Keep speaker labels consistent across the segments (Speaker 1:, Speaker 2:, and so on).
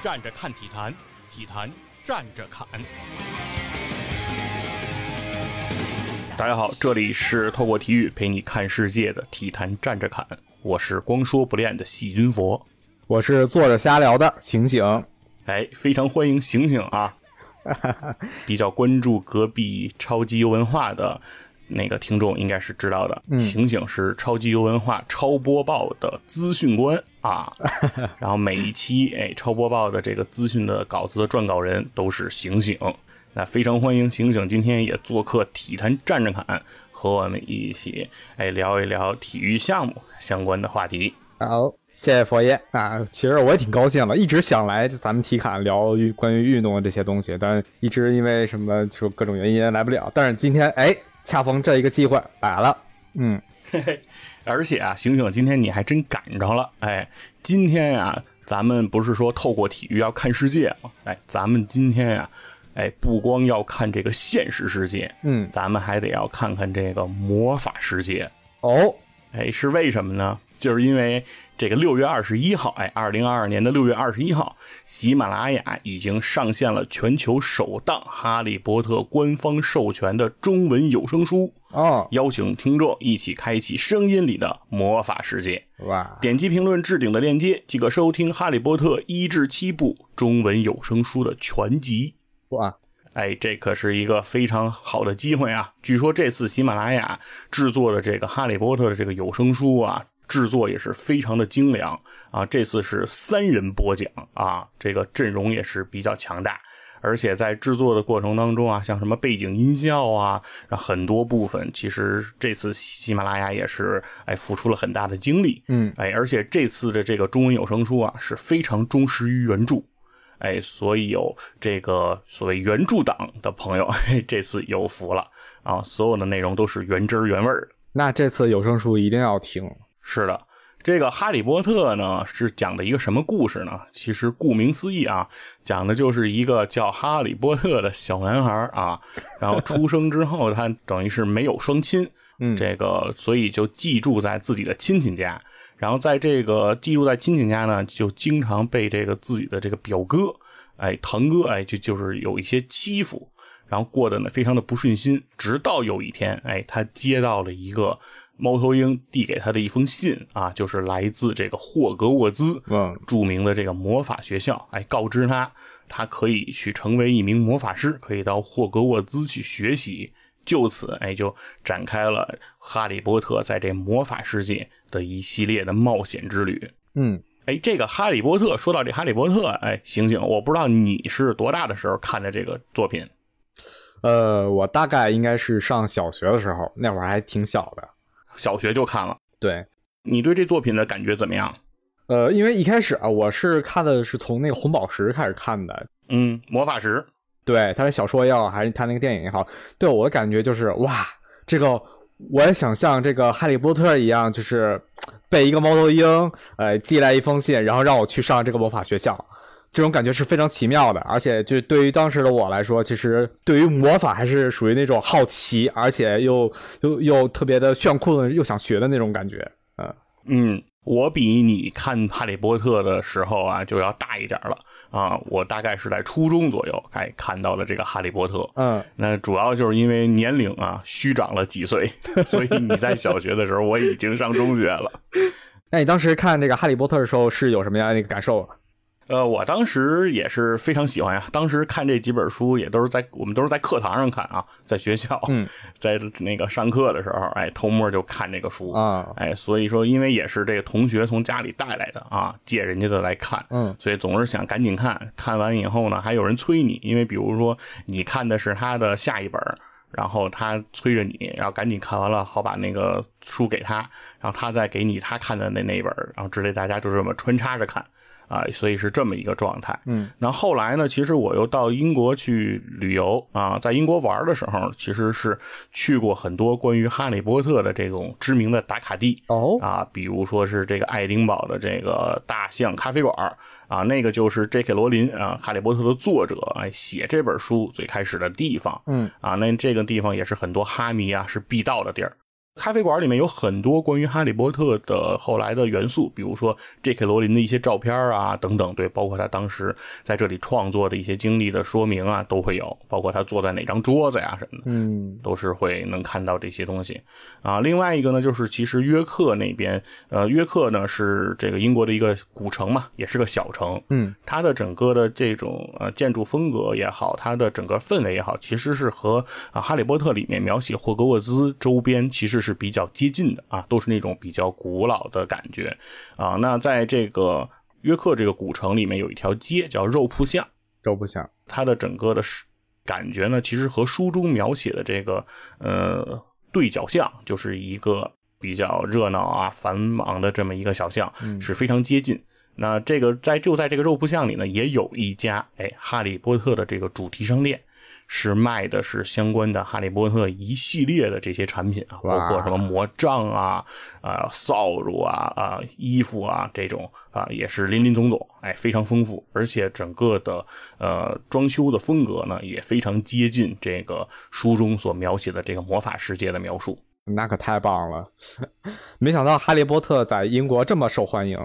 Speaker 1: 站着看体坛，体坛站着侃。大家好，这里是透过体育陪你看世界的体坛站着侃，我是光说不练的细菌佛。
Speaker 2: 我是坐着瞎聊的醒醒，
Speaker 1: 哎，非常欢迎醒醒啊！比较关注隔壁超级游文化的那个听众应该是知道的，醒醒是超级游文化超播报的资讯官啊。然后每一期哎超播报的这个资讯的稿子的撰稿人都是醒醒，那非常欢迎醒醒今天也做客体坛站着侃，和我们一起哎聊一聊体育项目相关的话题。
Speaker 2: 好，谢谢佛爷啊！其实我也挺高兴的，一直想来就咱们体侃聊运关于运动的这些东西，但一直因为什么就各种原因来不了。但是今天哎，恰逢这一个机会来了，嗯，
Speaker 1: 而且啊，醒醒，今天你还真赶着了，哎，今天啊，咱们不是说透过体育要看世界吗？哎，咱们今天啊，哎，不光要看这个现实世界，
Speaker 2: 嗯
Speaker 1: 咱们还得要看看这个魔法世界，
Speaker 2: 哦，
Speaker 1: 哎，是为什么呢？就是因为这个六月二十一号，哎，二零二二年的六月二十一号，喜马拉雅已经上线了全球首档《哈利波特》官方授权的中文有声书，
Speaker 2: 哦，
Speaker 1: 邀请听众一起开启声音里的魔法世界。
Speaker 2: 哇，
Speaker 1: 点击评论置顶的链接，即可收听《哈利波特》一至七部中文有声书的全集。
Speaker 2: 哇，
Speaker 1: 哎，这可是一个非常好的机会啊！据说这次喜马拉雅制作的这个《哈利波特》的这个有声书啊，制作也是非常的精良啊。这次是三人播讲啊，这个阵容也是比较强大。而且在制作的过程当中啊，像什么背景音效啊，然后很多部分，其实这次喜马拉雅也是哎付出了很大的精力。
Speaker 2: 嗯，
Speaker 1: 哎，而且这次的这个中文有声书啊是非常忠实于原著，哎，所以有这个所谓原著党的朋友， 嘿，这次有福了啊！所有的内容都是原汁儿原味儿的。
Speaker 2: 那这次有声书一定要听，
Speaker 1: 是的，这个《哈利波特》呢是讲的一个什么故事呢？其实顾名思义啊，讲的就是一个叫哈利波特的小男孩儿啊，然后出生之后他等于是没有双亲，
Speaker 2: 嗯
Speaker 1: 这个所以就寄住在自己的亲戚家。然后在这个寄住在亲戚家呢，就经常被这个自己的这个表哥，哎，堂哥，哎，就就是有一些欺负，然后过得呢非常的不顺心。直到有一天，哎，他接到了一个猫头鹰递给他的一封信啊，就是来自这个霍格沃兹，
Speaker 2: 嗯
Speaker 1: 著名的这个魔法学校，哎，告知他他可以去成为一名魔法师，可以到霍格沃兹去学习。就此，哎，就展开了哈利波特在这魔法世界的一系列的冒险之旅。
Speaker 2: 嗯，
Speaker 1: 哎，这个《哈利波特》，说到这《哈利波特》，哎，醒醒，我不知道你是多大的时候看的这个作品。
Speaker 2: 呃，我大概应该是上小学的时候，那会儿还挺小的，
Speaker 1: 小学就看了。
Speaker 2: 对，
Speaker 1: 你对这作品的感觉怎么样？
Speaker 2: 呃，因为一开始啊，我是看的是从那个红宝石开始看的，
Speaker 1: 嗯，魔法石，
Speaker 2: 对，他的小说也好，还是他那个电影也好，对我的感觉就是哇，这个我也想像这个哈利波特一样，就是被一个猫头鹰呃寄来一封信，然后让我去上这个魔法学校，这种感觉是非常奇妙的。而且就对于当时的我来说，其实对于魔法还是属于那种好奇，而且又又又特别的炫酷，又想学的那种感觉。
Speaker 1: 嗯，我比你看《哈利波特》的时候啊就要大一点了啊，我大概是在初中左右哎看到了这个《哈利波特》。
Speaker 2: 嗯，
Speaker 1: 那主要就是因为年龄啊虚长了几岁， 所以你在小学的时候我已经上中学了。
Speaker 2: 那你当时看这个《哈利波特》的时候是有什么样的一个感受啊？
Speaker 1: 呃，我当时也是非常喜欢呀、当时看这几本书也都是在我们都是在课堂上看啊，在学校，
Speaker 2: 嗯
Speaker 1: 在那个上课的时候，哎，偷摸就看这个书
Speaker 2: 啊
Speaker 1: 哎，所以说因为也是这个同学从家里带来的啊，借人家的来看，
Speaker 2: 嗯
Speaker 1: 所以总是想赶紧看，看完以后呢，还有人催你，因为比如说你看的是他的下一本儿，然后他催着你，然后赶紧看完了，好把那个书给他，然后他再给你他看的那那一本儿，然后之类，大家就这么穿插着看啊、所以是这么一个状态。
Speaker 2: 嗯，
Speaker 1: 然后后来呢，其实我又到英国去旅游啊，在英国玩的时候，其实是去过很多关于哈利波特的这种知名的打卡地。
Speaker 2: 哦
Speaker 1: 啊，比如说是这个爱丁堡的这个大象咖啡馆儿啊，那个就是 J.K. 罗琳啊，《哈利波特》的作者哎写这本书最开始的地方
Speaker 2: 嗯
Speaker 1: 啊，那这个地方也是很多哈迷啊是必到的地儿。咖啡馆里面有很多关于哈利波特的后来的元素，比如说 J.K. 罗琳的一些照片啊，等等，对，包括他当时在这里创作的一些经历的说明啊，都会有，包括他坐在哪张桌子呀、什么的，
Speaker 2: 嗯，
Speaker 1: 都是会能看到这些东西啊。另外一个呢，就是其实约克那边，呃，约克呢是这个英国的一个古城嘛，也是个小城，
Speaker 2: 嗯，
Speaker 1: 它的整个的这种呃建筑风格也好，它的整个氛围也好，其实是和啊《哈利波特》里面描写霍格沃兹周边其实是比较接近的啊，都是那种比较古老的感觉啊。那在这个约克这个古城里面有一条街叫肉铺巷，
Speaker 2: 周不想，
Speaker 1: 它的整个的是感觉呢，其实和书中描写的这个呃对角巷，就是一个比较热闹啊、繁忙的这么一个小巷，是非常接近。那这个在就在这个肉铺巷里呢，也有一家哎《哈利波特》的这个主题商店，是卖的是相关的《哈利波特》一系列的这些产品啊，
Speaker 2: 哇
Speaker 1: 包括什么魔杖啊、啊、扫帚啊、啊、衣服啊这种啊，也是林林总总，哎，非常丰富，而且整个的呃装修的风格呢，也非常接近这个书中所描写的这个魔法世界的描述。
Speaker 2: 那可太棒了！ 没想到《哈利波特》在英国这么受欢迎，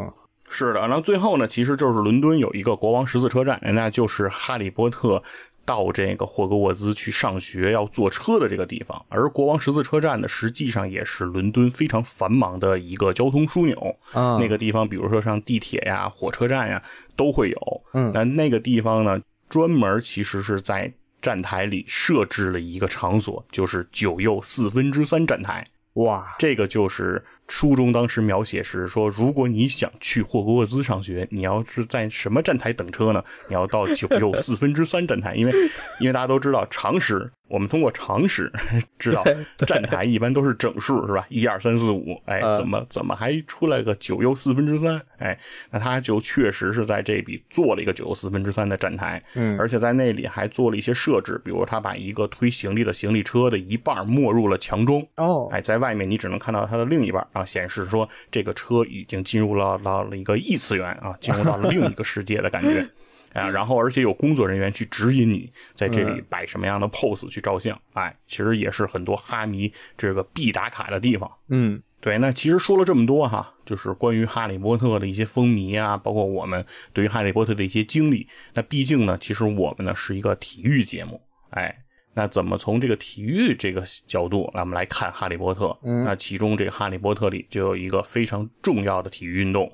Speaker 1: 是的，然后最后呢，其实就是伦敦有一个国王十字车站，那就是哈利波特到这个霍格沃兹去上学要坐车的这个地方。而国王十字车站呢，实际上也是伦敦非常繁忙的一个交通枢纽。
Speaker 2: 嗯，
Speaker 1: 那个地方，比如说像地铁呀、火车站呀，都会有。
Speaker 2: 嗯
Speaker 1: 但那个地方呢，专门其实是在站台里设置了一个场所，就是九又四分之三站台。
Speaker 2: 哇，
Speaker 1: 这个就是书中当时描写是说，如果你想去霍格沃兹上学，你要是在什么站台等车呢？你要到九又四分之三站台，因为因为大家都知道常识，我们通过常识 知道站台一般都是整数是吧？一二三四五，哎
Speaker 2: 嗯，
Speaker 1: 怎么怎么还出来个九又四分之三？哎，那他就确实是在这里做了一个九又四分之三的站台，
Speaker 2: 嗯
Speaker 1: 而且在那里还做了一些设置，比如他把一个推行李的行李车的一半没入了墙中，
Speaker 2: 哦，
Speaker 1: 哎，在外面你只能看到它的另一半啊，显示说这个车已经进入了到了一个异次元啊，进入到了另一个世界的感觉啊。然后，而且有工作人员去指引你在这里摆什么样的 pose 去照相，哎，其实也是很多哈迷这个必打卡的地方。
Speaker 2: 嗯，
Speaker 1: 对，那其实说了这么多哈，就是关于《哈利波特》的一些风靡啊，包括我们对于《哈利波特》的一些经历。那毕竟呢，其实我们呢是一个体育节目，哎，那怎么从这个体育这个角度，那我们来看《哈利波特》？
Speaker 2: 嗯
Speaker 1: 那其中这个《哈利波特》里就有一个非常重要的体育运动，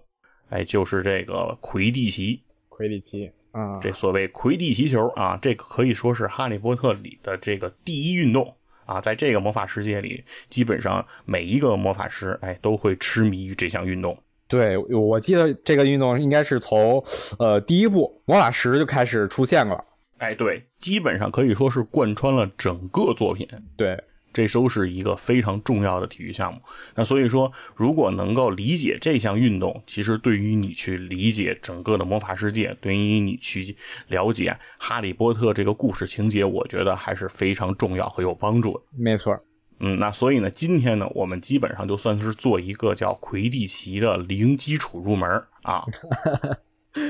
Speaker 1: 哎，就是这个魁地奇。
Speaker 2: 魁地奇啊，
Speaker 1: 这所谓魁地奇球啊，这个可以说是《哈利波特》里的这个第一运动啊，在这个魔法世界里，基本上每一个魔法师哎都会痴迷于这项运动。
Speaker 2: 对，我记得这个运动应该是从呃第一部魔法石就开始出现了，
Speaker 1: 哎，对，基本上可以说是贯穿了整个作品。
Speaker 2: 对，
Speaker 1: 这都是一个非常重要的体育项目。那所以说，如果能够理解这项运动，其实对于你去理解整个的魔法世界，对于你去了解《哈利波特》这个故事情节，我觉得还是非常重要和有帮助的。
Speaker 2: 没错，
Speaker 1: 嗯，那所以呢，今天呢，我们基本上就算是做一个叫魁地奇的零基础入门儿啊，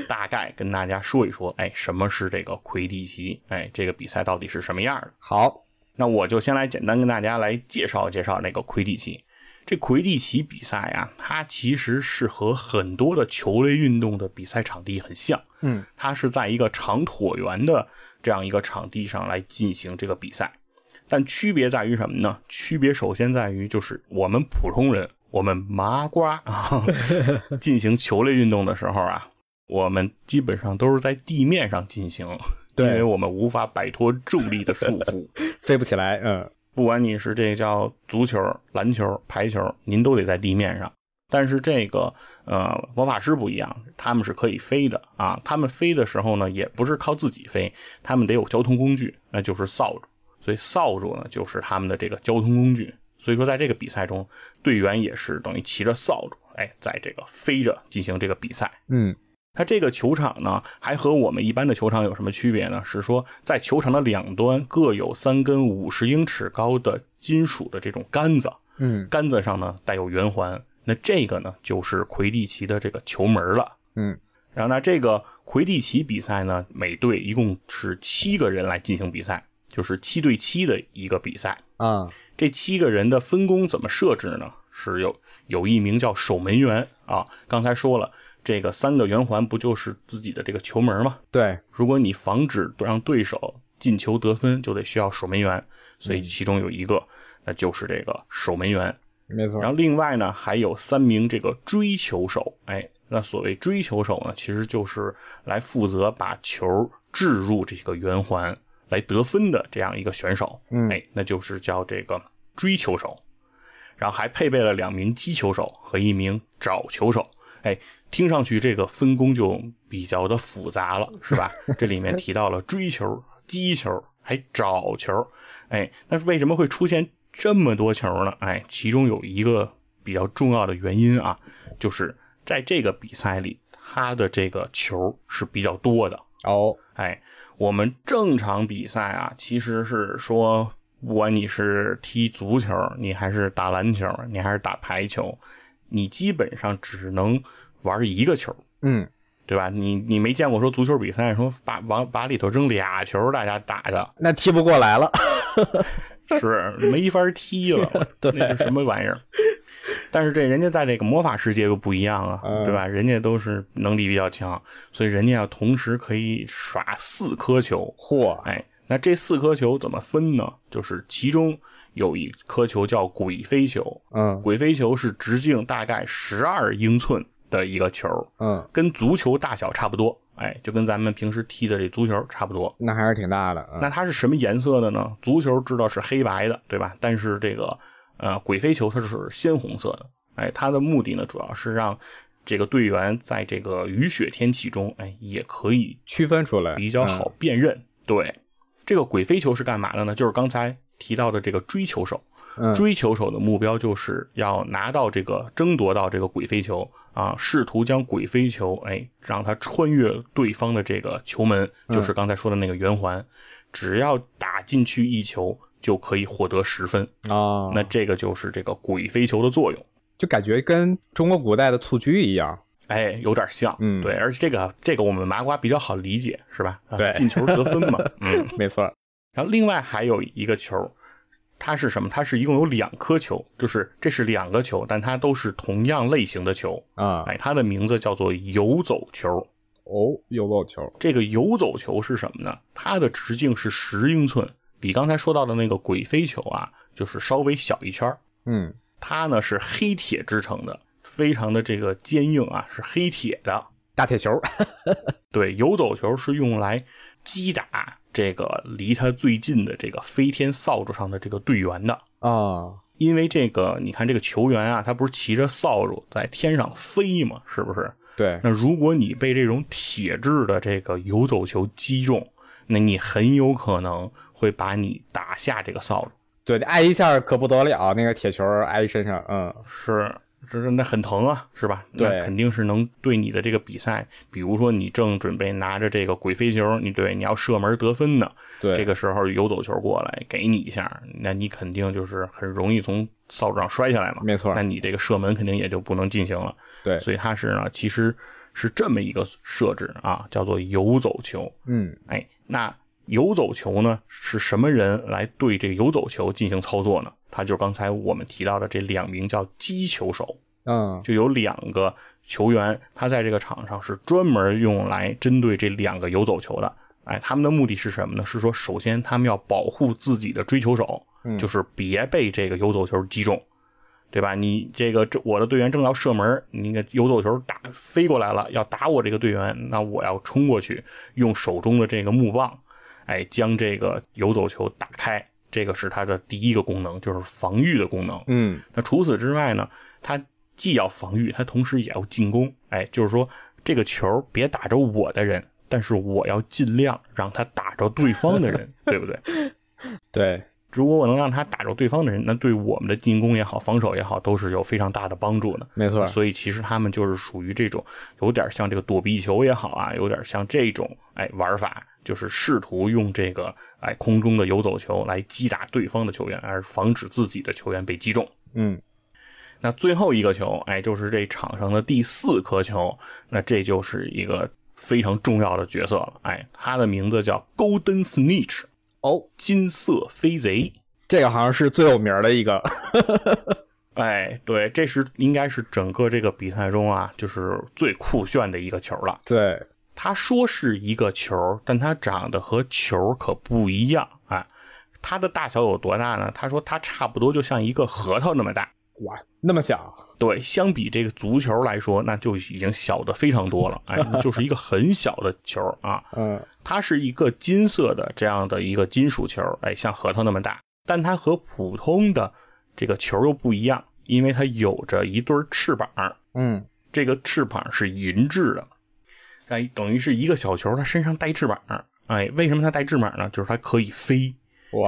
Speaker 1: 大概跟大家说一说，哎，什么是这个魁地奇？哎，这个比赛到底是什么样儿的？
Speaker 2: 好，
Speaker 1: 那我就先来简单跟大家来介绍介绍那个魁地奇。这魁地奇比赛啊，它其实是和很多的球类运动的比赛场地很像，
Speaker 2: 嗯，
Speaker 1: 它是在一个长椭圆的这样一个场地上来进行这个比赛。但区别在于什么呢？区别首先在于就是我们普通人，我们麻瓜啊， 进行球类运动的时候啊，我们基本上都是在地面上进行，因
Speaker 2: 对
Speaker 1: 为我们无法摆脱重力的束缚。
Speaker 2: 飞不起来，嗯，
Speaker 1: 不管你是这叫足球、篮球、排球，您都得在地面上。但是这个呃，魔法师不一样，他们是可以飞的啊。他们飞的时候呢，也不是靠自己飞，他们得有交通工具，那就是扫帚。所以扫帚呢，就是他们的这个交通工具。所以说，在这个比赛中，队员也是等于骑着扫帚，哎，在这个飞着进行这个比赛。
Speaker 2: 嗯，
Speaker 1: 它这个球场呢，还和我们一般的球场有什么区别呢？是说在球场的两端各有三根五十英尺高的金属的这种杆子，
Speaker 2: 嗯，
Speaker 1: 杆子上呢带有圆环。那这个呢，就是魁地奇的这个球门了。
Speaker 2: 嗯，
Speaker 1: 然后呢，这个魁地奇比赛呢，每队一共是七个人来进行比赛，就是七对七的一个比赛。
Speaker 2: 啊，
Speaker 1: 这七个人的分工怎么设置呢？是有有一名叫守门员啊，刚才说了，这个三个圆环不就是自己的这个球门吗？
Speaker 2: 对，
Speaker 1: 如果你防止让对手进球得分，就得需要守门员，所以其中有一个，那就是这个守门员。
Speaker 2: 没错
Speaker 1: 然。后另外呢，还有三名这个追球手，哎，那所谓追球手呢，其实就是来负责把球掷入这个圆环来得分的这样一个选手，
Speaker 2: 嗯
Speaker 1: 哎，那就是叫这个追球手。然后还配备了两名击球手和一名找球手，哎，听上去这个分工就比较的复杂了，是吧？这里面提到了追球、击球，还找球，哎，那是为什么会出现这么多球呢？哎，其中有一个比较重要的原因啊，就是在这个比赛里，他的这个球是比较多的。
Speaker 2: 哦，
Speaker 1: 哎，我们正常比赛啊，其实是说，不管你是踢足球，你还是打篮球，你还是打排球，你基本上只能玩一个球。
Speaker 2: 嗯，
Speaker 1: 对吧？你你没见过说足球比赛说把往把里头扔俩球，大家打的，
Speaker 2: 那踢不过来了。
Speaker 1: 是没法踢 了，那是什么玩意儿？但是这人家在这个魔法世界又不一样啊，
Speaker 2: 嗯
Speaker 1: 对吧？人家都是能力比较强，所以人家要同时可以耍四颗球。
Speaker 2: 嚯，
Speaker 1: 哎，那这四颗球怎么分呢？就是其中有一颗球叫鬼飞球，
Speaker 2: 嗯
Speaker 1: 鬼飞球是直径大概十二英寸的一个球，
Speaker 2: 嗯，
Speaker 1: 跟足球大小差不多。哎，就跟咱们平时踢的这足球差不多。
Speaker 2: 那还是挺大的。嗯
Speaker 1: 那它是什么颜色的呢？足球知道是黑白的，对吧？但是这个呃鬼飞球它是鲜红色的，哎，它的目的呢主要是让这个队员在这个雨雪天气中，哎，也可以
Speaker 2: 区分出来
Speaker 1: 比较好辨认。对，这个鬼飞球是干嘛的呢？就是刚才提到的这个追球手，
Speaker 2: 嗯
Speaker 1: 追球手的目标就是要拿到这个争夺到这个鬼飞球啊，试图将鬼飞球哎让它穿越对方的这个球门，
Speaker 2: 嗯
Speaker 1: 就是刚才说的那个圆环，只要打进去一球就可以获得十分。
Speaker 2: 啊，
Speaker 1: 那这个就是这个鬼飞球的作用。
Speaker 2: 就感觉跟中国古代的蹴鞠一样。
Speaker 1: 哎，有点像，
Speaker 2: 嗯
Speaker 1: 对，而且这个这个我们麻瓜比较好理解，是吧？啊
Speaker 2: 对
Speaker 1: 进球得分 嘛，嗯。
Speaker 2: 没错。
Speaker 1: 然后另外还有一个球，它是什么？它是一共有两颗球，就是这是两个球，但它都是同样类型的球。
Speaker 2: 啊，
Speaker 1: 哎，它的名字叫做游走球。
Speaker 2: 哦，游走球。
Speaker 1: 这个游走球是什么呢？它的直径是十英寸，比刚才说到的那个鬼飞球啊，就是稍微小一圈儿。
Speaker 2: 嗯，
Speaker 1: 它呢是黑铁制成的，非常的这个坚硬啊，是黑铁的。
Speaker 2: 大铁球。
Speaker 1: 对，游走球是用来击打这个离它最近的这个飞天扫帚上的这个队员的。
Speaker 2: 啊，
Speaker 1: 因为这个，你看这个球员啊，他不是骑着扫帚在天上飞吗？是不是？
Speaker 2: 对，
Speaker 1: 那如果你被这种铁质的这个游走球击中，那你很有可能会把你打下这个扫帚。
Speaker 2: 对，挨一下可不得了，那个铁球挨身上，嗯，
Speaker 1: 是，这是那很疼啊，是吧？
Speaker 2: 对
Speaker 1: 那肯定是能对你的这个比赛，比如说你正准备拿着这个鬼飞球，你对你要射门得分呢，
Speaker 2: 对，
Speaker 1: 这个时候游走球过来给你一下，那你肯定就是很容易从扫帚上摔下来嘛。
Speaker 2: 没错
Speaker 1: 那你这个射门肯定也就不能进行了。
Speaker 2: 对
Speaker 1: 所以它是呢，其实是这么一个设置啊，叫做游走球。
Speaker 2: 嗯，
Speaker 1: 哎，那游走球呢是什么人来对这个游走球进行操作呢？它就是刚才我们提到的这两名叫击球手，
Speaker 2: 嗯，
Speaker 1: 就有两个球员，他在这个场上是专门用来针对这两个游走球的。哎，他们的目的是什么呢？是说，首先他们要保护自己的追球手，
Speaker 2: 嗯
Speaker 1: 就是别被这个游走球击中，对吧？你这个这我的队员正要射门，你那个游走球打飞过来了，要打我这个队员，那我要冲过去，用手中的这个木棒，哎，将这个游走球打开。这个是它的第一个功能，就是防御的功能。
Speaker 2: 嗯，
Speaker 1: 那除此之外呢，它既要防御，它同时也要进攻。哎，就是说这个球别打着我的人，但是我要尽量让他打着对方的人， 对不对？
Speaker 2: 对，
Speaker 1: 如果我能让他打着对方的人，那对我们的进攻也好，防守也好，都是有非常大的帮助的。
Speaker 2: 没错，
Speaker 1: 所以其实他们就是属于这种有点像这个躲避球也好啊，有点像这种哎玩法，就是试图用这个哎空中的游走球来击打对方的球员，而防止自己的球员被击中。
Speaker 2: 嗯，
Speaker 1: 那最后一个球，哎，就是这场上的第四颗球，那这就是一个非常重要的角色了，哎，他的名字叫 Golden Snitch，
Speaker 2: 哦，
Speaker 1: 金色飞贼。
Speaker 2: 这个好像是最有名的一个。
Speaker 1: 哎，对，这是应该是整个这个比赛中啊，就是最酷炫的一个球了。
Speaker 2: 对，
Speaker 1: 他说是一个球，但它长得和球可不一样啊。它的大小有多大呢？他说它差不多就像一个核桃那么大。
Speaker 2: 哇，那么小。
Speaker 1: 对，相比这个足球来说，那就已经小的非常多了。哎，就是一个很小的球啊。
Speaker 2: 嗯，
Speaker 1: 它是一个金色的这样的一个金属球，哎，像核桃那么大，但它和普通的这个球又不一样，因为它有着一对翅膀。
Speaker 2: 嗯，
Speaker 1: 这个翅膀是银质的，哎，等于是一个小球，它身上带翅膀。哎，为什么它带翅膀呢？就是它可以飞。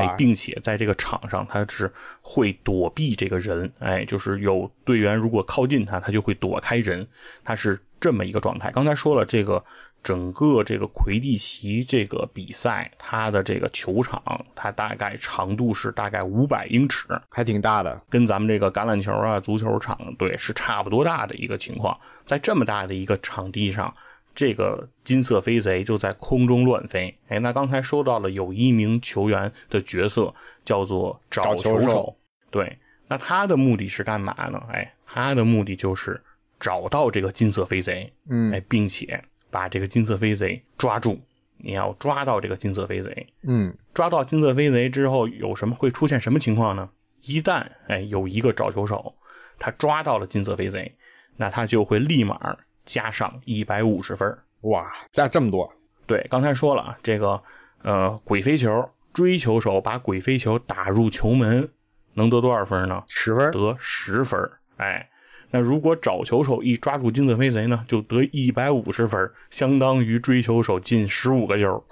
Speaker 1: 哎，
Speaker 2: 哇，
Speaker 1: 并且在这个场上，他是会躲避这个人，哎，就是有队员如果靠近他，他就会躲开人，他是这么一个状态。刚才说了，这个整个这个魁地奇这个比赛，它的这个球场，它大概长度是大概五百英尺，
Speaker 2: 还挺大的。
Speaker 1: 跟咱们这个橄榄球啊、足球场对是差不多大的一个情况。在这么大的一个场地上，这个金色飞贼就在空中乱飞。哎，那刚才说到了有一名球员的角色叫做找
Speaker 2: 找
Speaker 1: 球
Speaker 2: 球
Speaker 1: 手
Speaker 2: 手，
Speaker 1: 对，那他的目的是干嘛呢？哎，他的目的就是找到这个金色飞贼，哎
Speaker 2: 嗯，
Speaker 1: 并且把这个金色飞贼抓住。你要抓到这个金色飞贼，
Speaker 2: 嗯，
Speaker 1: 抓到金色飞贼之后，有什么会出现什么情况呢？一旦哎有一个找球手，他抓到了金色飞贼，那他就会立马加上一百五十分儿。
Speaker 2: 哇，加这么多。
Speaker 1: 对，刚才说了啊，这个呃鬼飞球追球手把鬼飞球打入球门，能得多少分呢？
Speaker 2: 十分儿，
Speaker 1: 得十分儿。哎，那如果找球手一抓住金色飞贼呢，就得一百五十分儿，相当于追球手进十五个球。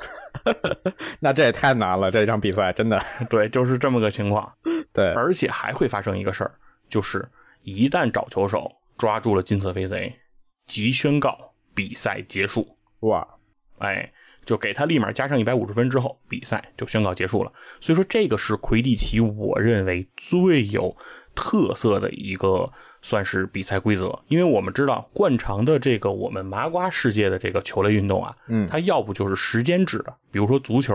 Speaker 2: 那这也太难了，这场比赛真的。
Speaker 1: 对，就是这么个情况。
Speaker 2: 对，
Speaker 1: 而且还会发生一个事儿，就是一旦找球手抓住了金色飞贼，即宣告比赛结束。
Speaker 2: 哇，
Speaker 1: 哎，就给他立马加上一百五十分之后，比赛就宣告结束了。所以说，这个是魁地奇我认为最有特色的一个算是比赛规则，因为我们知道惯常的这个我们麻瓜世界的这个球类运动啊，
Speaker 2: 嗯
Speaker 1: 它要不就是时间制的，比如说足球，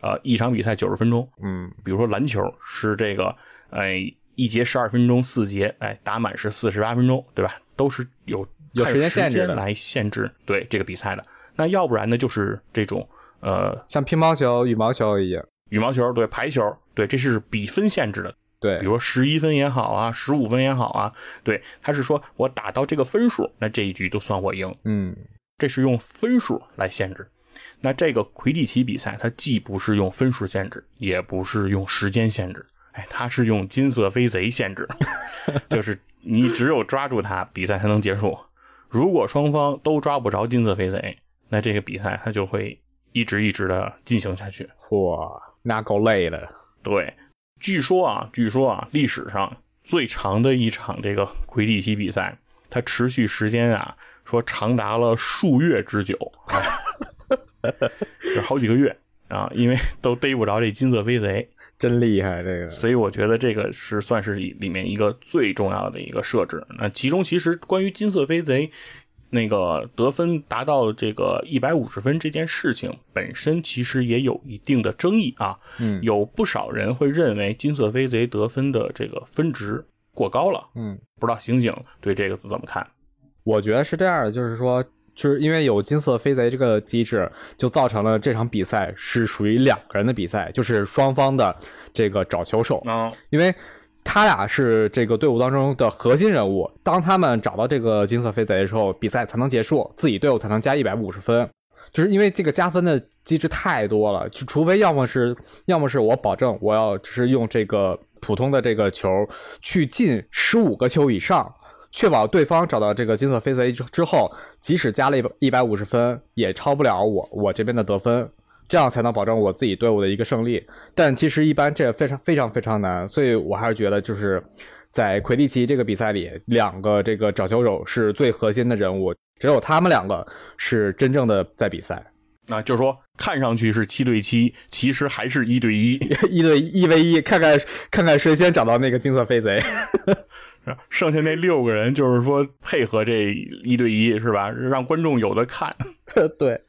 Speaker 1: 呃，一场比赛九十分钟，
Speaker 2: 嗯，
Speaker 1: 比如说篮球是这个，哎，一节十二分钟，四节，哎，打满是四十八分钟，对吧？都是有
Speaker 2: 有
Speaker 1: 看
Speaker 2: 时间限制的
Speaker 1: 来限制对这个比赛的。那要不然呢，就是这种呃
Speaker 2: 像乒乓球、羽毛球一样。
Speaker 1: 羽毛球，对排球，对，这是比分限制的，
Speaker 2: 对
Speaker 1: 比，如十一分也好啊，十五分也好啊，对，他是说我打到这个分数，那这一局就算我赢。
Speaker 2: 嗯，
Speaker 1: 这是用分数来限制。那这个魁地奇比赛，它既不是用分数限制，也不是用时间限制，哎，它是用金色飞贼限制， 就是你只有抓住它，比赛才能结束。如果双方都抓不着金色飞贼，那这个比赛它就会一直一直的进行下去。
Speaker 2: 嚯，那够累的。
Speaker 1: 对，据说啊，据说啊，历史上最长的一场这个魁地奇比赛，它持续时间啊，说长达了数月之久，哎、 是好几个月啊，因为都逮不着这金色飞贼，
Speaker 2: 真厉害，这个
Speaker 1: 所以我觉得这个是算是里面一个最重要的一个设置。那其中其实关于金色飞贼。那个得分达到这个一百五十分这件事情本身，其实也有一定的争议啊。
Speaker 2: 嗯
Speaker 1: 有不少人会认为金色飞贼得分的这个分值过高了，
Speaker 2: 嗯，
Speaker 1: 不知道醒醒对这个字怎么看？
Speaker 2: 我觉得是这样的，就是说，就是因为有金色飞贼这个机制，就造成了这场比赛是属于两个人的比赛，就是双方的这个找球手，
Speaker 1: 啊、
Speaker 2: 因为他俩是这个队伍当中的核心人物。当他们找到这个金色飞贼的时候，比赛才能结束，自己队伍才能加一百五十分。就是因为这个加分的机制太多了，就除非要么是，要么是我保证我要只是用这个普通的这个球去进十五个球以上，确保对方找到这个金色飞贼之之后，即使加了一百五十分，也超不了我我这边的得分，这样才能保证我自己队伍的一个胜利。但其实一般这非常非常非常难，所以我还是觉得就是在魁地奇这个比赛里，两个这个找球手是最核心的人物，只有他们两个是真正的在比赛，
Speaker 1: 那就是说看上去是七对七，其实还是一对一，
Speaker 2: 一对一 v 一，看看看看谁先找到那个金色飞贼。
Speaker 1: 剩下那六个人就是说配合这一对一是吧？让观众有的看，
Speaker 2: 对，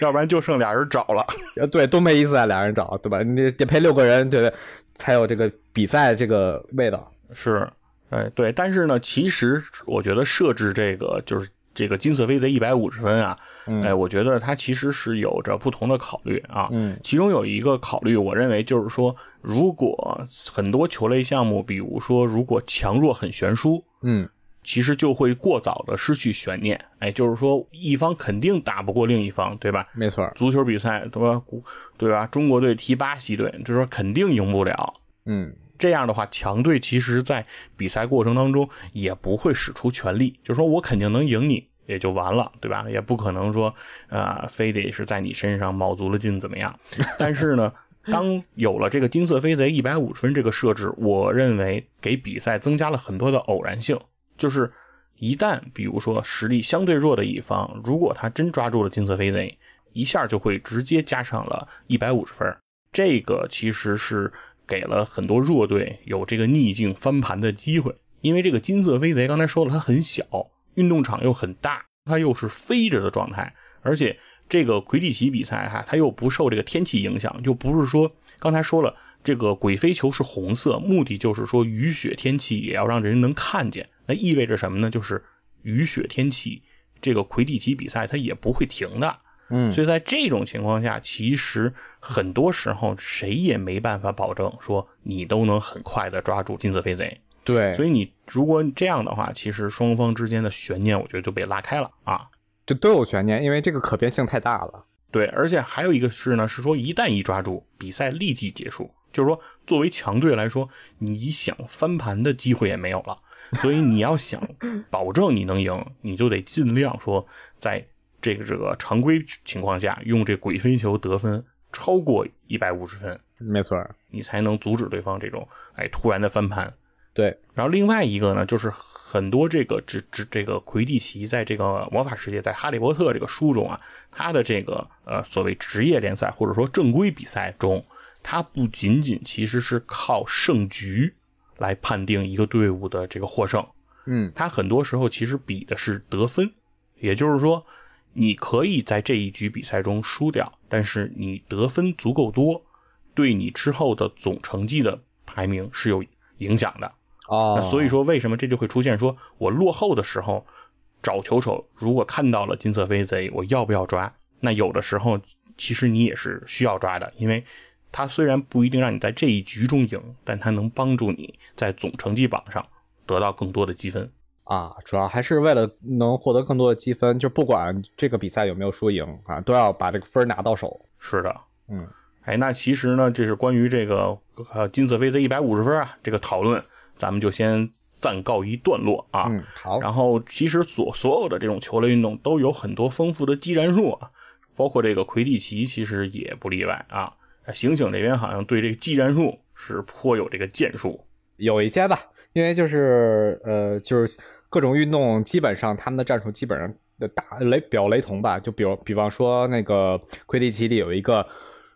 Speaker 1: 要不然就剩俩人找了。
Speaker 2: 呃，对，多没意思啊，俩人找，对吧？你得配六个人，对对，才有这个比赛这个味道。
Speaker 1: 是，哎对，但是呢，其实我觉得设置这个就是这个金色飞贼一百五十分啊，哎，我觉得它其实是有着不同的考虑啊。
Speaker 2: 嗯，
Speaker 1: 其中有一个考虑，我认为就是说，如果很多球类项目，比如说如果强弱很悬殊，
Speaker 2: 嗯
Speaker 1: 其实就会过早的失去悬念。哎，就是说一方肯定打不过另一方，对吧？
Speaker 2: 没错儿。
Speaker 1: 足球比赛对吧？古对吧？中国队踢巴西队，就是说肯定赢不了。
Speaker 2: 嗯，
Speaker 1: 这样的话，强队其实在比赛过程当中也不会使出全力，就是说我肯定能赢你，也就完了，对吧？也不可能说，呃，非得是在你身上卯足了劲怎么样？ 但是呢，当有了这个金色飞贼一百五十分这个设置，我认为给比赛增加了很多的偶然性，就是一旦比如说实力相对弱的一方，如果他真抓住了金色飞贼，一下就会直接加上了一百五十分儿。这个其实是给了很多弱队有这个逆境翻盘的机会，因为这个金色飞贼刚才说了，它很小，运动场又很大，它又是飞着的状态，而且这个魁地奇比赛哈，它又不受这个天气影响，就不是说刚才说了，这个鬼飞球是红色，目的就是说雨雪天气也要让人能看见，那意味着什么呢？就是雨雪天气，这个魁地奇比赛它也不会停的。
Speaker 2: 嗯
Speaker 1: 所以在这种情况下，其实很多时候谁也没办法保证说你都能很快的抓住金色飞贼。
Speaker 2: 对，
Speaker 1: 所以你如果这样的话，其实双方之间的悬念，我觉得就被拉开了啊。
Speaker 2: 就都有悬念，因为这个可变性太大了。
Speaker 1: 对，而且还有一个是呢，是说一旦一抓住，比赛立即结束。就是说，作为强队来说，你想翻盘的机会也没有了。所以你要想保证你能赢，你就得尽量说，在这个这个常规情况下，用这鬼飞球得分超过一百五十分，
Speaker 2: 没错儿，
Speaker 1: 你才能阻止对方这种哎突然的翻盘。
Speaker 2: 对，
Speaker 1: 然后另外一个呢，就是很多这个这这这个魁地奇在这个魔法世界，在《哈利波特》这个书中啊，他的这个呃所谓职业联赛或者说正规比赛中，他不仅仅其实是靠胜局来判定一个队伍的这个获胜，
Speaker 2: 嗯
Speaker 1: 他很多时候其实比的是得分，也就是说，你可以在这一局比赛中输掉，但是你得分足够多，对你之后的总成绩的排名是有影响的。
Speaker 2: 哦
Speaker 1: 那，所以说，为什么这就会出现说我落后的时候找球手，如果看到了金色飞贼，我要不要抓？那有的时候其实你也是需要抓的，因为它虽然不一定让你在这一局中赢，但它能帮助你在总成绩榜上得到更多的积分。
Speaker 2: 啊，主要还是为了能获得更多的积分，就不管这个比赛有没有输赢啊，都要把这个分儿拿到手。
Speaker 1: 是的，
Speaker 2: 嗯，
Speaker 1: 哎，那其实呢，这是关于这个呃金色飞贼一百五十分啊这个讨论，咱们就先暂告一段落啊。
Speaker 2: 嗯，好，
Speaker 1: 然后其实所所有的这种球类运动都有很多丰富的技战术啊，包括这个魁地奇其实也不例外啊。醒醒这边好像对这个技战术是颇有这个建树，
Speaker 2: 有一些吧，因为就是呃，就是各种运动基本上他们的战术基本上的大雷比较雷同吧，就比如比方说那个魁地奇里有一个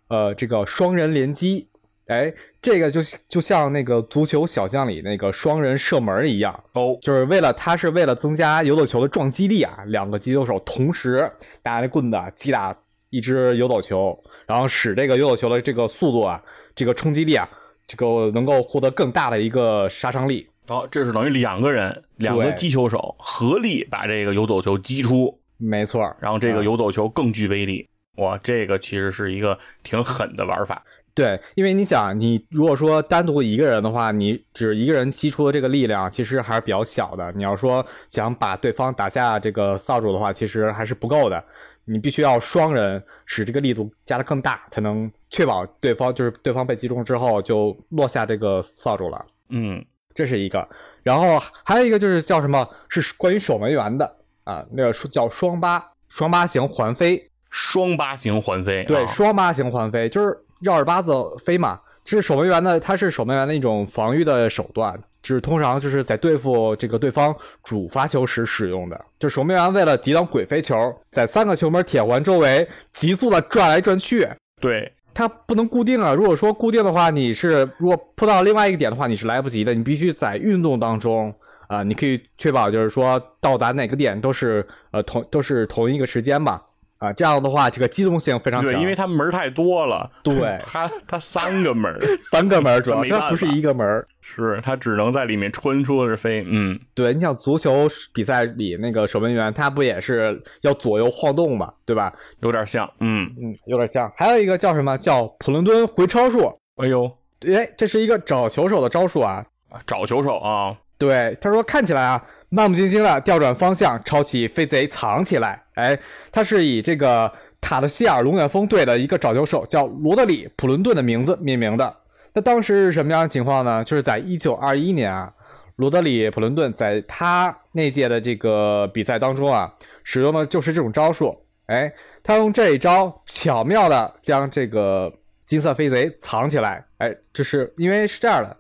Speaker 2: 呃这个双人连击，哎，这个就就像那个足球小将里那个双人射门一样，
Speaker 1: 哦，
Speaker 2: 就是为了他是为了增加游走球的撞击力啊，两个击球手同时拿着棍子啊击打一只游走球，然后使这个游走球的这个速度啊，这个冲击力啊，这个能够获得更大的一个杀伤力。
Speaker 1: 哦，这是等于两个人两个
Speaker 2: 对
Speaker 1: 击球手合力把这个游走球击出，
Speaker 2: 没错儿，
Speaker 1: 然后这个游走球更具威力。哇，这个其实是一个挺狠的玩法，
Speaker 2: 对，因为你想，你如果说单独一个人的话，你只一个人击出的这个力量其实还是比较小的。你要说想把对方打下这个扫帚的话，其实还是不够的。你必须要双人使这个力度加的更大，才能确保对方就是对方被击中之后就落下这个扫帚了。
Speaker 1: 嗯，
Speaker 2: 这是一个。然后还有一个就是叫什么？是关于守门员的啊，那个叫双八双八型环飞。
Speaker 1: 双八型环飞，
Speaker 2: 对，
Speaker 1: 啊
Speaker 2: 双八型环飞就是绕着八字飞嘛。这是守门员的，它是守门员的一种防御的手段，就是通常就是在对付这个对方主发球时使用的。就守门员为了抵挡鬼飞球，在三个球门铁环周围急速的转来转去，
Speaker 1: 对，
Speaker 2: 它不能固定啊。如果说固定的话，你是如果扑到另外一个点的话，你是来不及的。你必须在运动当中啊、你可以确保就是说到达哪个点都是呃同都是同一个时间吧。啊、这样的话这个机动性非常强，
Speaker 1: 对，因为它门儿太多了，
Speaker 2: 对
Speaker 1: 它它三个门儿，
Speaker 2: 三个门儿主要
Speaker 1: 它没办
Speaker 2: 它
Speaker 1: 法
Speaker 2: 不是一个门儿。
Speaker 1: 是它只能在里面穿梭着飞，嗯，
Speaker 2: 对，你想足球比赛里那个守门员，他不也是要左右晃动嘛，对吧？
Speaker 1: 有点像，嗯，
Speaker 2: 嗯，有点像。还有一个叫什么？叫普伦敦回超术。
Speaker 1: 哎呦，
Speaker 2: 哎，这是一个找球手的招数啊。
Speaker 1: 找球手啊，
Speaker 2: 对，他说看起来啊，漫不经心的调转方向，抄起飞贼藏起来。哎，他是以这个塔的希尔龙卷风队的一个找球手叫罗德里·普伦顿的名字命名的。那当时是什么样的情况呢？就是在1921年啊，罗德里·普伦顿在他那届的这个比赛当中啊，使用的就是这种招数。哎，他用这一招巧妙的将这个金色飞贼藏起来。哎，就是因为是这样的，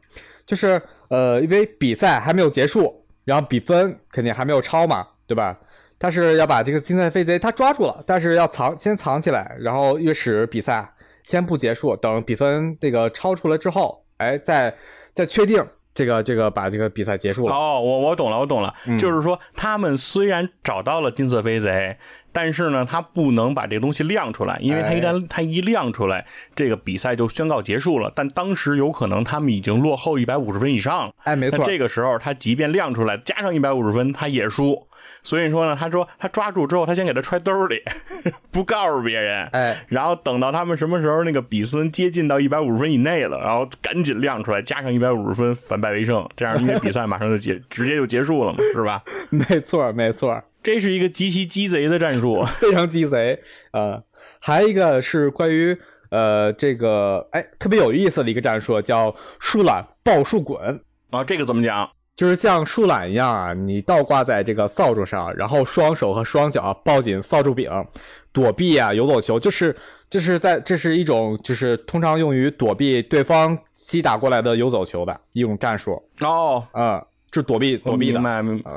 Speaker 2: 就是呃，因为比赛还没有结束，然后比分肯定还没有超嘛，对吧？他是要把这个金色飞贼他抓住了，但是要藏先藏起来，然后越使比赛先不结束，等比分这个超出了之后，哎，再再确定这个这个把这个比赛结束了。
Speaker 1: 哦，我我懂了，我懂了，就是说他们虽然找到了金色飞贼，但是呢，他不能把这个东西亮出来，因为他一旦他一亮出来，这个比赛就宣告结束了。但当时有可能他们已经落后一百五十分以上了，
Speaker 2: 哎，没
Speaker 1: 那
Speaker 2: 错，
Speaker 1: 这个时候他即便亮出来，加上一百五十分，他也输。所以说呢，他说他抓住之后，他先给他揣兜里， 不告诉别人。
Speaker 2: 哎，
Speaker 1: 然后等到他们什么时候那个比分接近到一百五十分以内了，然后赶紧亮出来，加上一百五十分，反败为胜，这样因为比赛马上就结，直接就结束 了嘛，是吧？
Speaker 2: 没错，没错。
Speaker 1: 这是一个极其鸡贼的战术。
Speaker 2: 非常鸡贼。呃，还有一个是关于呃这个哎特别有意思的一个战术，叫树懒抱树滚，
Speaker 1: 啊，这个怎么讲？
Speaker 2: 就是像树懒一样啊，你倒挂在这个扫帚上，然后双手和双脚抱紧扫帚柄，躲避啊游走球，就是。就是在这是一种，就是通常用于躲避对方击打过来的游走球的一种战术，
Speaker 1: 哦，
Speaker 2: 嗯，就是躲避躲
Speaker 1: 我
Speaker 2: 避的
Speaker 1: 明，白， 明白。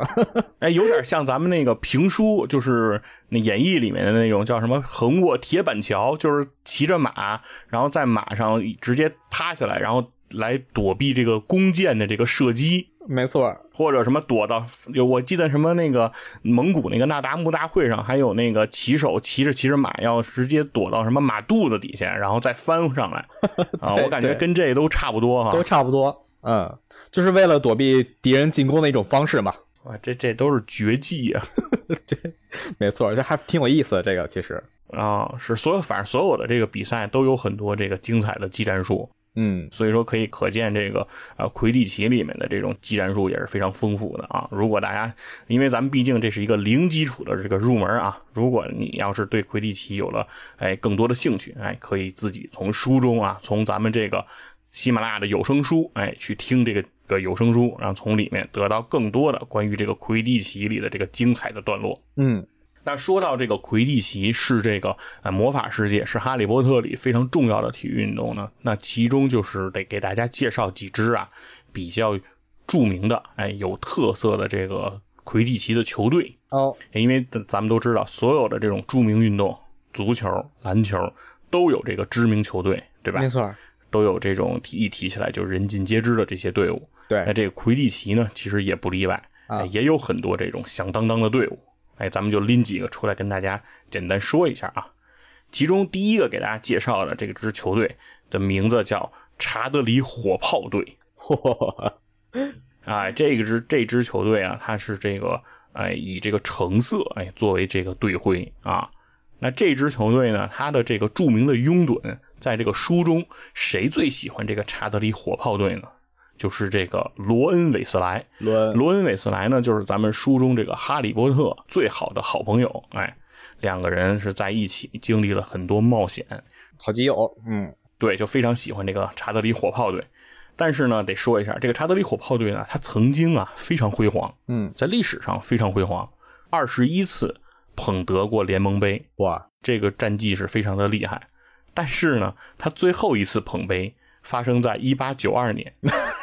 Speaker 1: 哎，有点像咱们那个评书，就是那演义里面的那种叫什么“横过铁板桥”，就是骑着马，然后在马上直接趴下来，然后来躲避这个弓箭的这个射击。
Speaker 2: 没错，
Speaker 1: 或者什么躲到，有我记得什么那个蒙古那个那达慕大会上，还有那个骑手骑着骑着马要直接躲到什么马肚子底下，然后再翻上 来啊，
Speaker 2: 对
Speaker 1: 我感觉
Speaker 2: 对
Speaker 1: 跟这都差不多哈
Speaker 2: 都。差不多，嗯，就是为了躲避敌人进攻的一种方式嘛，
Speaker 1: 哇，这这都是绝技啊！
Speaker 2: 没错，这还挺有意思的。这个其实，
Speaker 1: 啊，是所有反正所有的这个比赛都有很多这个精彩的技战术，
Speaker 2: 嗯，
Speaker 1: 所以说可以可见这个呃魁地奇里面的这种技战术也是非常丰富的啊。如果大家因为咱们毕竟这是一个零基础的这个入门啊，如果你要是对魁地奇有了哎更多的兴趣，哎可以自己从书中啊，从咱们这个喜马拉雅的有声书哎去听这个。个有声书，然后从里面得到更多的关于这个魁地奇里的这个精彩的段落。
Speaker 2: 嗯，
Speaker 1: 那说到这个魁地奇是这个呃魔法世界是哈利波特里非常重要的体育运动呢，那其中就是得给大家介绍几支啊比较著名的哎有特色的这个魁地奇的球队，
Speaker 2: 哦，
Speaker 1: 因为咱咱们都知道所有的这种著名运动，足球、篮球都有这个知名球队，对吧
Speaker 2: 没？错，
Speaker 1: 都有这种一提起来就人尽皆知的这些队伍。那
Speaker 2: 对，
Speaker 1: 哎这个魁地奇呢，其实也不例外，
Speaker 2: 哎啊
Speaker 1: 哎也有很多这种响当当的队伍。哎，咱们就拎几个出来跟大家简单说一下啊。其中第一个给大家介绍的这个支球队的名字叫查德里火炮队 啊，这个支这支球队啊，它是这个哎以这个橙色哎作为这个队徽啊。那这支球队呢，它的这个著名的拥趸，在这个书中谁最喜欢这个查德里火炮队呢？就是这个罗恩·韦斯莱，
Speaker 2: 伦
Speaker 1: 罗恩·韦斯莱呢，就是咱们书中这个哈利波特最好的好朋友。哎，两个人是在一起经历了很多冒险，
Speaker 2: 好基友，嗯，
Speaker 1: 对，就非常喜欢这个查德里火炮队。但是呢，得说一下，这个查德里火炮队呢，它曾经啊非常辉煌，
Speaker 2: 嗯，
Speaker 1: 在历史上非常辉煌，二十一次捧得过联盟杯，
Speaker 2: 哇，
Speaker 1: 这个战绩是非常的厉害。但是呢，他最后一次捧杯发生在一八九二年，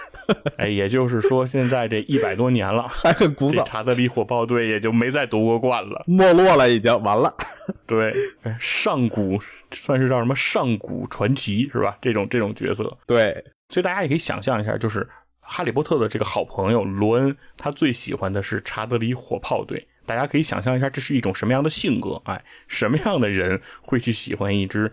Speaker 1: 哎，也就是说现在这一百多年了。
Speaker 2: 还很古
Speaker 1: 这
Speaker 2: 早，
Speaker 1: 查德里火炮队也就没再夺过冠了。
Speaker 2: 没落了，已经完 了，
Speaker 1: 对，哎上古算是叫什么上古传奇是吧？这种这种角色，
Speaker 2: 对，
Speaker 1: 所以大家也可以想象一下，就是哈利波特的这个好朋友罗恩，他最喜欢的是查德里火炮队，大家可以想象一下，这是一种什么样的性格？哎，什么样的人会去喜欢一支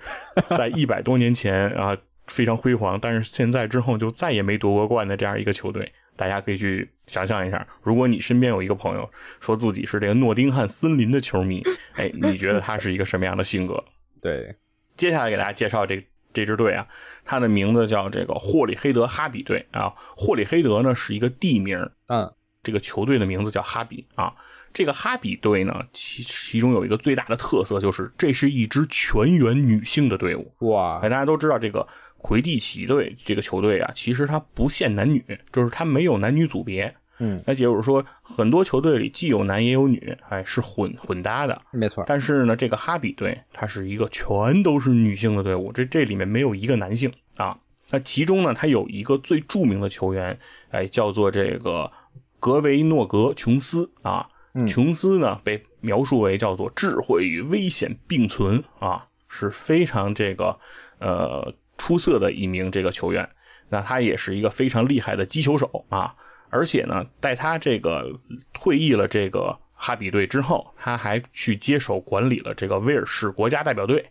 Speaker 1: 在一百多年前啊非常辉煌，但是现在之后就再也没夺过冠的这样一个球队？大家可以去想象一下，如果你身边有一个朋友说自己是这个诺丁汉森林的球迷，哎，你觉得他是一个什么样的性格？
Speaker 2: 对，
Speaker 1: 接下来给大家介绍这这支队啊，它的名字叫这个霍里黑德哈比队啊。霍里黑德呢是一个地名，
Speaker 2: 嗯，
Speaker 1: 这个球队的名字叫哈比啊。这个哈比队呢，其其中有一个最大的特色就是这是一支全员女性的队伍。
Speaker 2: 哇
Speaker 1: 哎，，大家都知道这个魁地奇队这个球队啊，其实它不限男女，就是它没有男女组别。
Speaker 2: 嗯，
Speaker 1: 那也就是说，很多球队里既有男也有女，哎，是混混搭的。
Speaker 2: 没错，
Speaker 1: 但是呢，这个哈比队它是一个全都是女性的队伍，这这里面没有一个男性啊。那其中呢，它有一个最著名的球员，哎，叫做这个格维诺格琼斯啊。琼斯呢被描述为叫做智慧与危险并存啊，是非常这个呃出色的一名这个球员。那他也是一个非常厉害的击球手啊。而且呢，在他这个退役了这个哈比队之后，他还去接手管理了这个威尔士国家代表队，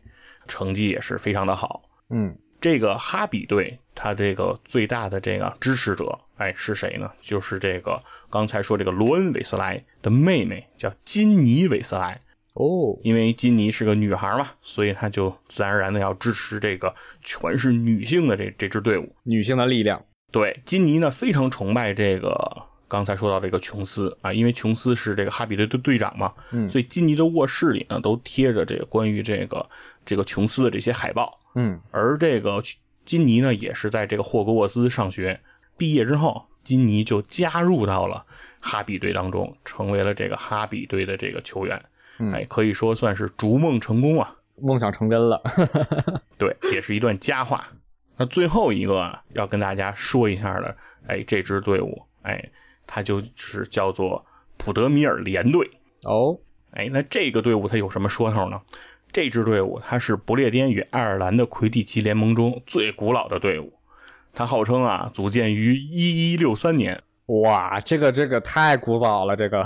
Speaker 1: 成绩也是非常的好。
Speaker 2: 嗯，
Speaker 1: 这个哈比队，他这个最大的这个支持者，哎，是谁呢？就是这个刚才说这个罗恩·韦斯莱的妹妹，叫金妮·韦斯莱。
Speaker 2: 哦，
Speaker 1: 因为金妮是个女孩嘛，所以她就自然而然的要支持这个全是女性的这这支队伍。
Speaker 2: 女性的力量，
Speaker 1: 对，金妮呢非常崇拜这个刚才说到这个琼斯啊，因为琼斯是这个哈比队的队长嘛，
Speaker 2: 嗯
Speaker 1: 所以金妮的卧室里呢都贴着这个关于这个这个琼斯的这些海报，
Speaker 2: 嗯，
Speaker 1: 而这个金妮呢也是在这个霍格沃兹上学，毕业之后，金妮就加入到了哈比队当中，成为了这个哈比队的这个球员，
Speaker 2: 嗯
Speaker 1: 哎，可以说算是逐梦成功啊。
Speaker 2: 梦想成 真了，
Speaker 1: 对，也是一段佳话。那最后一个啊，要跟大家说一下的，哎，这支队伍，哎，它就是叫做普德米尔联队。
Speaker 2: 哦，
Speaker 1: 哎，那这个队伍它有什么说头呢？这支队伍它是不列颠与爱尔兰的魁地奇联盟中最古老的队伍，它号称啊组建于一一六三年，
Speaker 2: 哇，这个这个太古早了， 这个，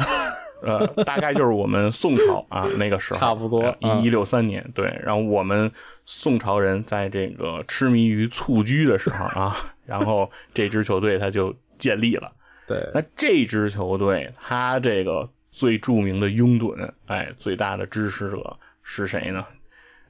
Speaker 1: 呃，大概就是我们宋朝啊那个时候，呃
Speaker 2: 差不多嗯
Speaker 1: 一一六三年，对。然后我们宋朝人在这个痴迷于蹴鞠的时候啊， 然后这支球队它就建立了。
Speaker 2: 对，
Speaker 1: 那这支球队，它这个最著名的拥趸，哎，最大的支持者是谁呢？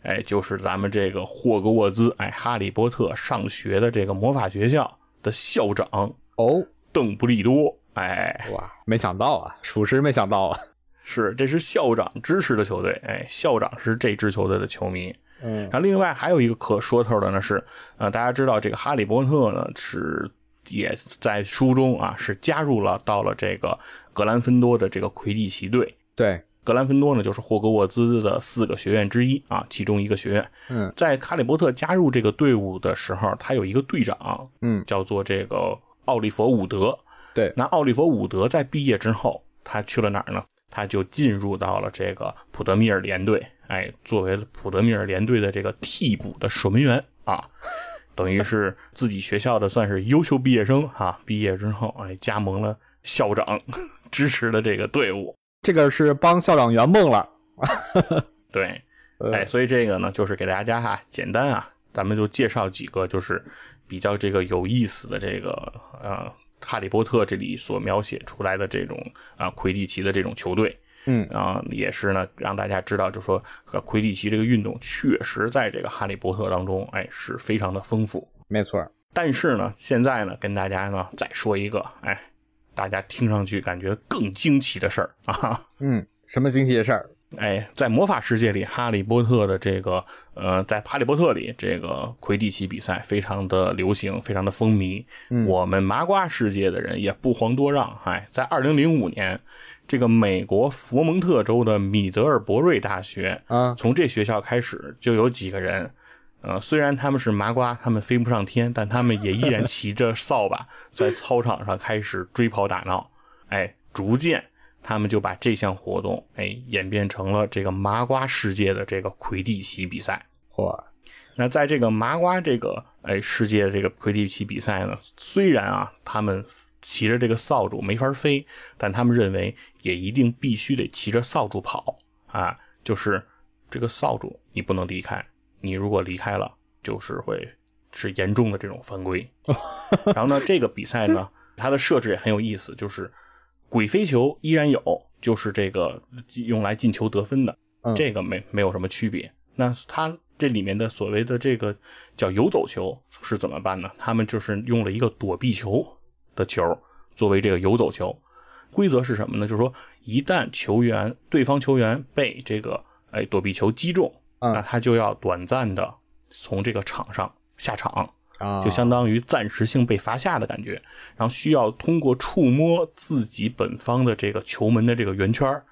Speaker 1: 哎，就是咱们这个霍格沃兹，哎，哈利波特上学的这个魔法学校的校长
Speaker 2: 哦，
Speaker 1: 邓布利多，哎，
Speaker 2: 哇，没想到啊，属实没想到啊，
Speaker 1: 是，这是校长支持的球队，哎，校长是这支球队的球迷。
Speaker 2: 嗯
Speaker 1: 然后另外还有一个可说头的呢是，呃，大家知道这个哈利波特呢是也在书中啊是加入了到了这个格兰芬多的这个魁地奇队。
Speaker 2: 对，
Speaker 1: 格兰芬多呢就是霍格沃兹的四个学院之一啊，其中一个学院。
Speaker 2: 嗯
Speaker 1: 在哈利波特加入这个队伍的时候，他有一个队长
Speaker 2: 嗯，
Speaker 1: 叫做这个奥利弗·伍德，
Speaker 2: 对，
Speaker 1: 那奥利弗·伍德在毕业之后，他去了哪儿呢？他就进入到了这个普德米尔联队，哎，作为普德米尔联队的这个替补的守门员啊，等于是自己学校的算是优秀毕业生哈、毕业之后，哎，加盟了校长 支持的这个队伍，
Speaker 2: 这个是帮校长圆梦了，
Speaker 1: 对，
Speaker 2: 呃
Speaker 1: 哎，所以这个呢，就是给大家哈、简单啊，咱们就介绍几个就是比较这个有意思的这个呃，《哈利波特》这里所描写出来的这种啊、魁地奇的这种球队。
Speaker 2: 嗯
Speaker 1: 啊、也是呢，让大家知道，就说呃魁地奇这个运动确实在这个《哈利波特》当中，哎，是非常的丰富。
Speaker 2: 没错，
Speaker 1: 但是呢，现在呢，跟大家呢再说一个，哎，大家听上去感觉更惊奇的事儿啊哈。
Speaker 2: 嗯，什么惊喜的事儿？
Speaker 1: 哎，在魔法世界里，哈利波特的这个呃，在哈利波特里，这个魁地奇比赛非常的流行，非常的风靡。
Speaker 2: 嗯
Speaker 1: 我们麻瓜世界的人也不遑多让。哎，在二零零五年，这个美国佛蒙特州的米德尔伯瑞大学，
Speaker 2: 啊，
Speaker 1: 从这学校开始就有几个人，呃，虽然他们是麻瓜，他们飞不上天，但他们也依然骑着扫把在操场上开始追跑打闹。哎，逐渐他们就把这项活动哎演变成了这个麻瓜世界的这个魁地奇比赛。
Speaker 2: 嚯，
Speaker 1: 那在这个麻瓜这个哎，世界这个魁地奇比赛呢，虽然啊他们骑着这个扫帚没法飞，但他们认为也一定必须得骑着扫帚跑啊，就是这个扫帚你不能离开，你如果离开了，就是会是严重的这种犯规。然后呢，这个比赛呢，它的设置也很有意思，就是鬼飞球依然有，就是这个用来进球得分的，
Speaker 2: 嗯
Speaker 1: 这个没没有什么区别。那它这里面的所谓的这个叫游走球是怎么办呢？他们就是用了一个躲避球的球作为这个游走球。规则是什么呢？就是说，一旦球员对方球员被这个哎躲避球击中，
Speaker 2: 嗯
Speaker 1: 那他就要短暂的从这个场上下场。
Speaker 2: 啊，
Speaker 1: 就相当于暂时性被罚下的感觉，然后需要通过触摸自己本方的这个球门的这个圆圈儿，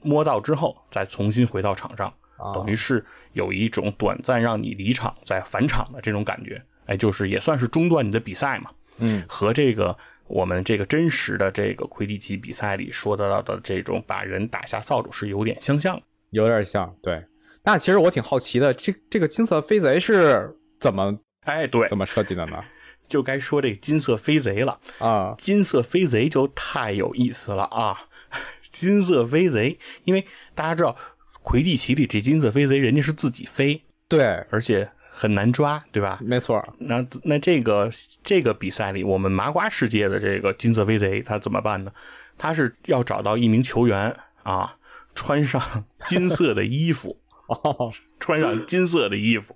Speaker 1: 摸到之后再重新回到场上，
Speaker 2: 啊
Speaker 1: 等于是有一种短暂让你离场再返场的这种感觉，哎，就是也算是中断你的比赛嘛，
Speaker 2: 嗯
Speaker 1: 和这个我们这个真实的这个魁地奇比赛里说得到的这种把人打下扫帚是有点相像的。
Speaker 2: 有点像。对，那其实我挺好奇的，这这个金色飞贼是怎么
Speaker 1: 哎，对
Speaker 2: 怎，么设计的呢？
Speaker 1: 就该说这个金色飞贼了。
Speaker 2: 啊，
Speaker 1: 金色飞贼就太有意思了啊！ 金色飞贼，因为大家知道魁地奇里这金色飞贼人家是自己飞，
Speaker 2: 对，
Speaker 1: 而且很难抓，对吧？
Speaker 2: 没错儿，
Speaker 1: 那那这个这个比赛里，我们麻瓜世界的这个金色飞贼他怎么办呢？他是要找到一名球员啊，穿上金色的衣服，
Speaker 2: 哦，
Speaker 1: 穿上金色的衣服，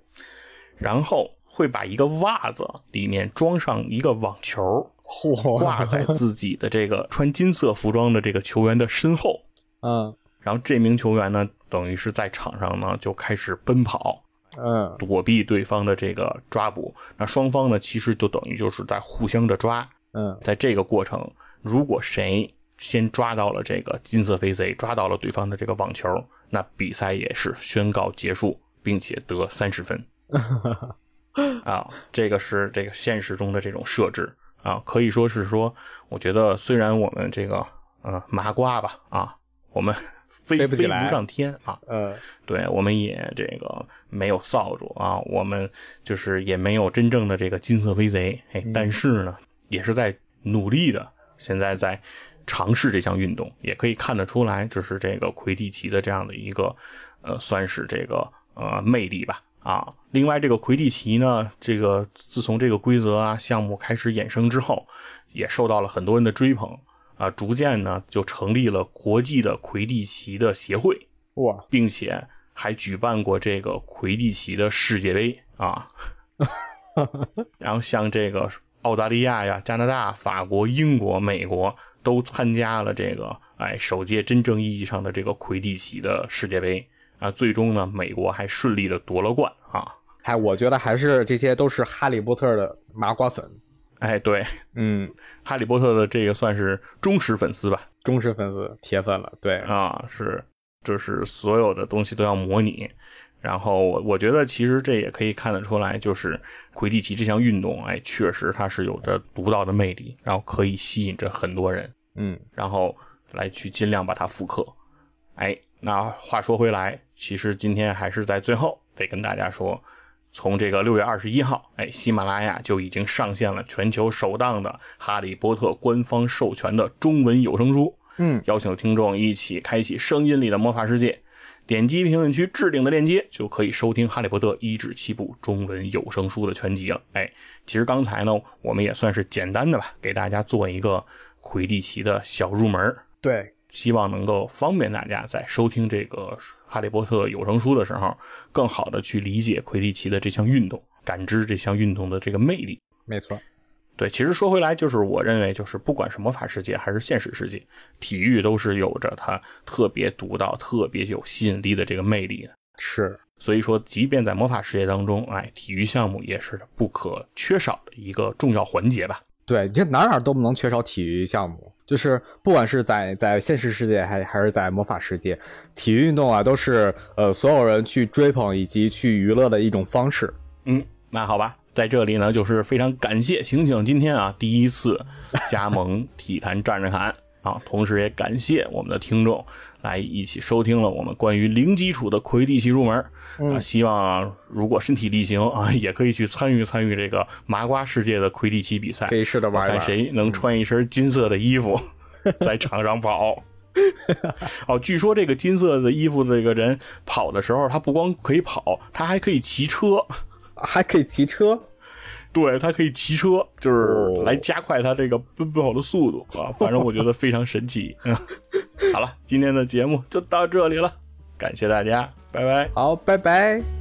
Speaker 1: 然后会把一个袜子里面装上一个网球，
Speaker 2: 嚯，
Speaker 1: 挂在自己的这个穿金色服装的这个球员的身后。
Speaker 2: 嗯
Speaker 1: 然后这名球员呢，等于是在场上呢就开始奔跑，
Speaker 2: 嗯，
Speaker 1: 躲避对方的这个抓捕。那双方呢，其实就等于就是在互相的抓。
Speaker 2: 嗯，
Speaker 1: 在这个过程，如果谁先抓到了这个金色飞贼，抓到了对方的这个网球，那比赛也是宣告结束，并且得三十 分。啊，这个是这个现实中的这种设置啊，可以说是说，我觉得虽然我们这个呃麻瓜吧啊，我们飞
Speaker 2: 飞不起来
Speaker 1: 不上天啊，
Speaker 2: 呃，
Speaker 1: 对，我们也这个没有扫帚啊，我们就是也没有真正的这个金色飞贼，哎，但是呢，也是在努力的，现在在尝试这项运动，也可以看得出来，就是这个魁地奇的这样的一个，呃，算是这个呃魅力吧。啊，另外这个魁地奇呢，这个自从这个规则啊项目开始衍生之后，也受到了很多人的追捧啊，逐渐呢就成立了国际的魁地奇的协会。
Speaker 2: 哇，
Speaker 1: 并且还举办过这个魁地奇的世界杯啊。然后像这个澳大利亚呀、加拿大、法国、英国、美国都参加了这个哎首届真正意义上的这个魁地奇的世界杯啊。最终呢，美国还顺利的夺了冠啊。
Speaker 2: 还我觉得还是这些都是哈利波特的麻瓜粉，
Speaker 1: 哎，对，
Speaker 2: 嗯，
Speaker 1: 哈利波特的这个算是忠实粉丝吧，
Speaker 2: 忠实粉丝，铁粉了，对，
Speaker 1: 啊，是，就是所有的东西都要模拟。然后我我觉得其实这也可以看得出来，就是魁地奇这项运动，哎，确实它是有着独到的魅力，然后可以吸引着很多人，
Speaker 2: 嗯
Speaker 1: 然后来去尽量把它复刻。哎，那话说回来，其实今天还是在最后得跟大家说，从这个六月二十一号，哎，喜马拉雅就已经上线了全球首档的《哈利波特》官方授权的中文有声书。
Speaker 2: 嗯，
Speaker 1: 邀请听众一起开启声音里的魔法世界。点击评论区置顶的链接，就可以收听《哈利波特》一至七部中文有声书的全集了。哎，其实刚才呢，我们也算是简单的吧，给大家做一个魁地奇的小入门儿，
Speaker 2: 对，
Speaker 1: 希望能够方便大家在收听这个《哈利波特》有声书的时候，更好的去理解魁地奇的这项运动，感知这项运动的这个魅力。
Speaker 2: 没错，
Speaker 1: 对，其实说回来，就是我认为，就是不管是魔法世界还是现实世界，体育都是有着它特别独到、特别有吸引力的这个魅力的。
Speaker 2: 是，
Speaker 1: 所以说，即便在魔法世界当中，哎，体育项目也是不可缺少的一个重要环节吧。
Speaker 2: 对，这哪哪都不能缺少体育项目，就是不管是在在现实世界还还是在魔法世界，体育运动啊都是呃所有人去追捧以及去娱乐的一种方式。
Speaker 1: 嗯，那好吧，在这里呢，就是非常感谢醒醒今天啊第一次加盟体坛战士侃啊，同时也感谢我们的听众来一起收听了我们关于零基础的魁地奇入门儿
Speaker 2: 嗯
Speaker 1: 啊，希望啊如果身体力行啊，也可以去参与参与这个麻瓜世界的魁地奇比赛，
Speaker 2: 可以试着玩一玩
Speaker 1: 看谁能穿一身金色的衣 服在场上跑。 哦，据说这个金色的衣服的这个人跑的时候，他不光可以跑，他还可以骑车。
Speaker 2: 还可以骑车，
Speaker 1: 对，他可以骑车，就是
Speaker 2: 哦
Speaker 1: 来加快他这个奔跑的速度啊。反正我觉得非常神奇。嗯好了，今天的节目就到这里了，感谢大家，拜拜。
Speaker 2: 好，拜拜。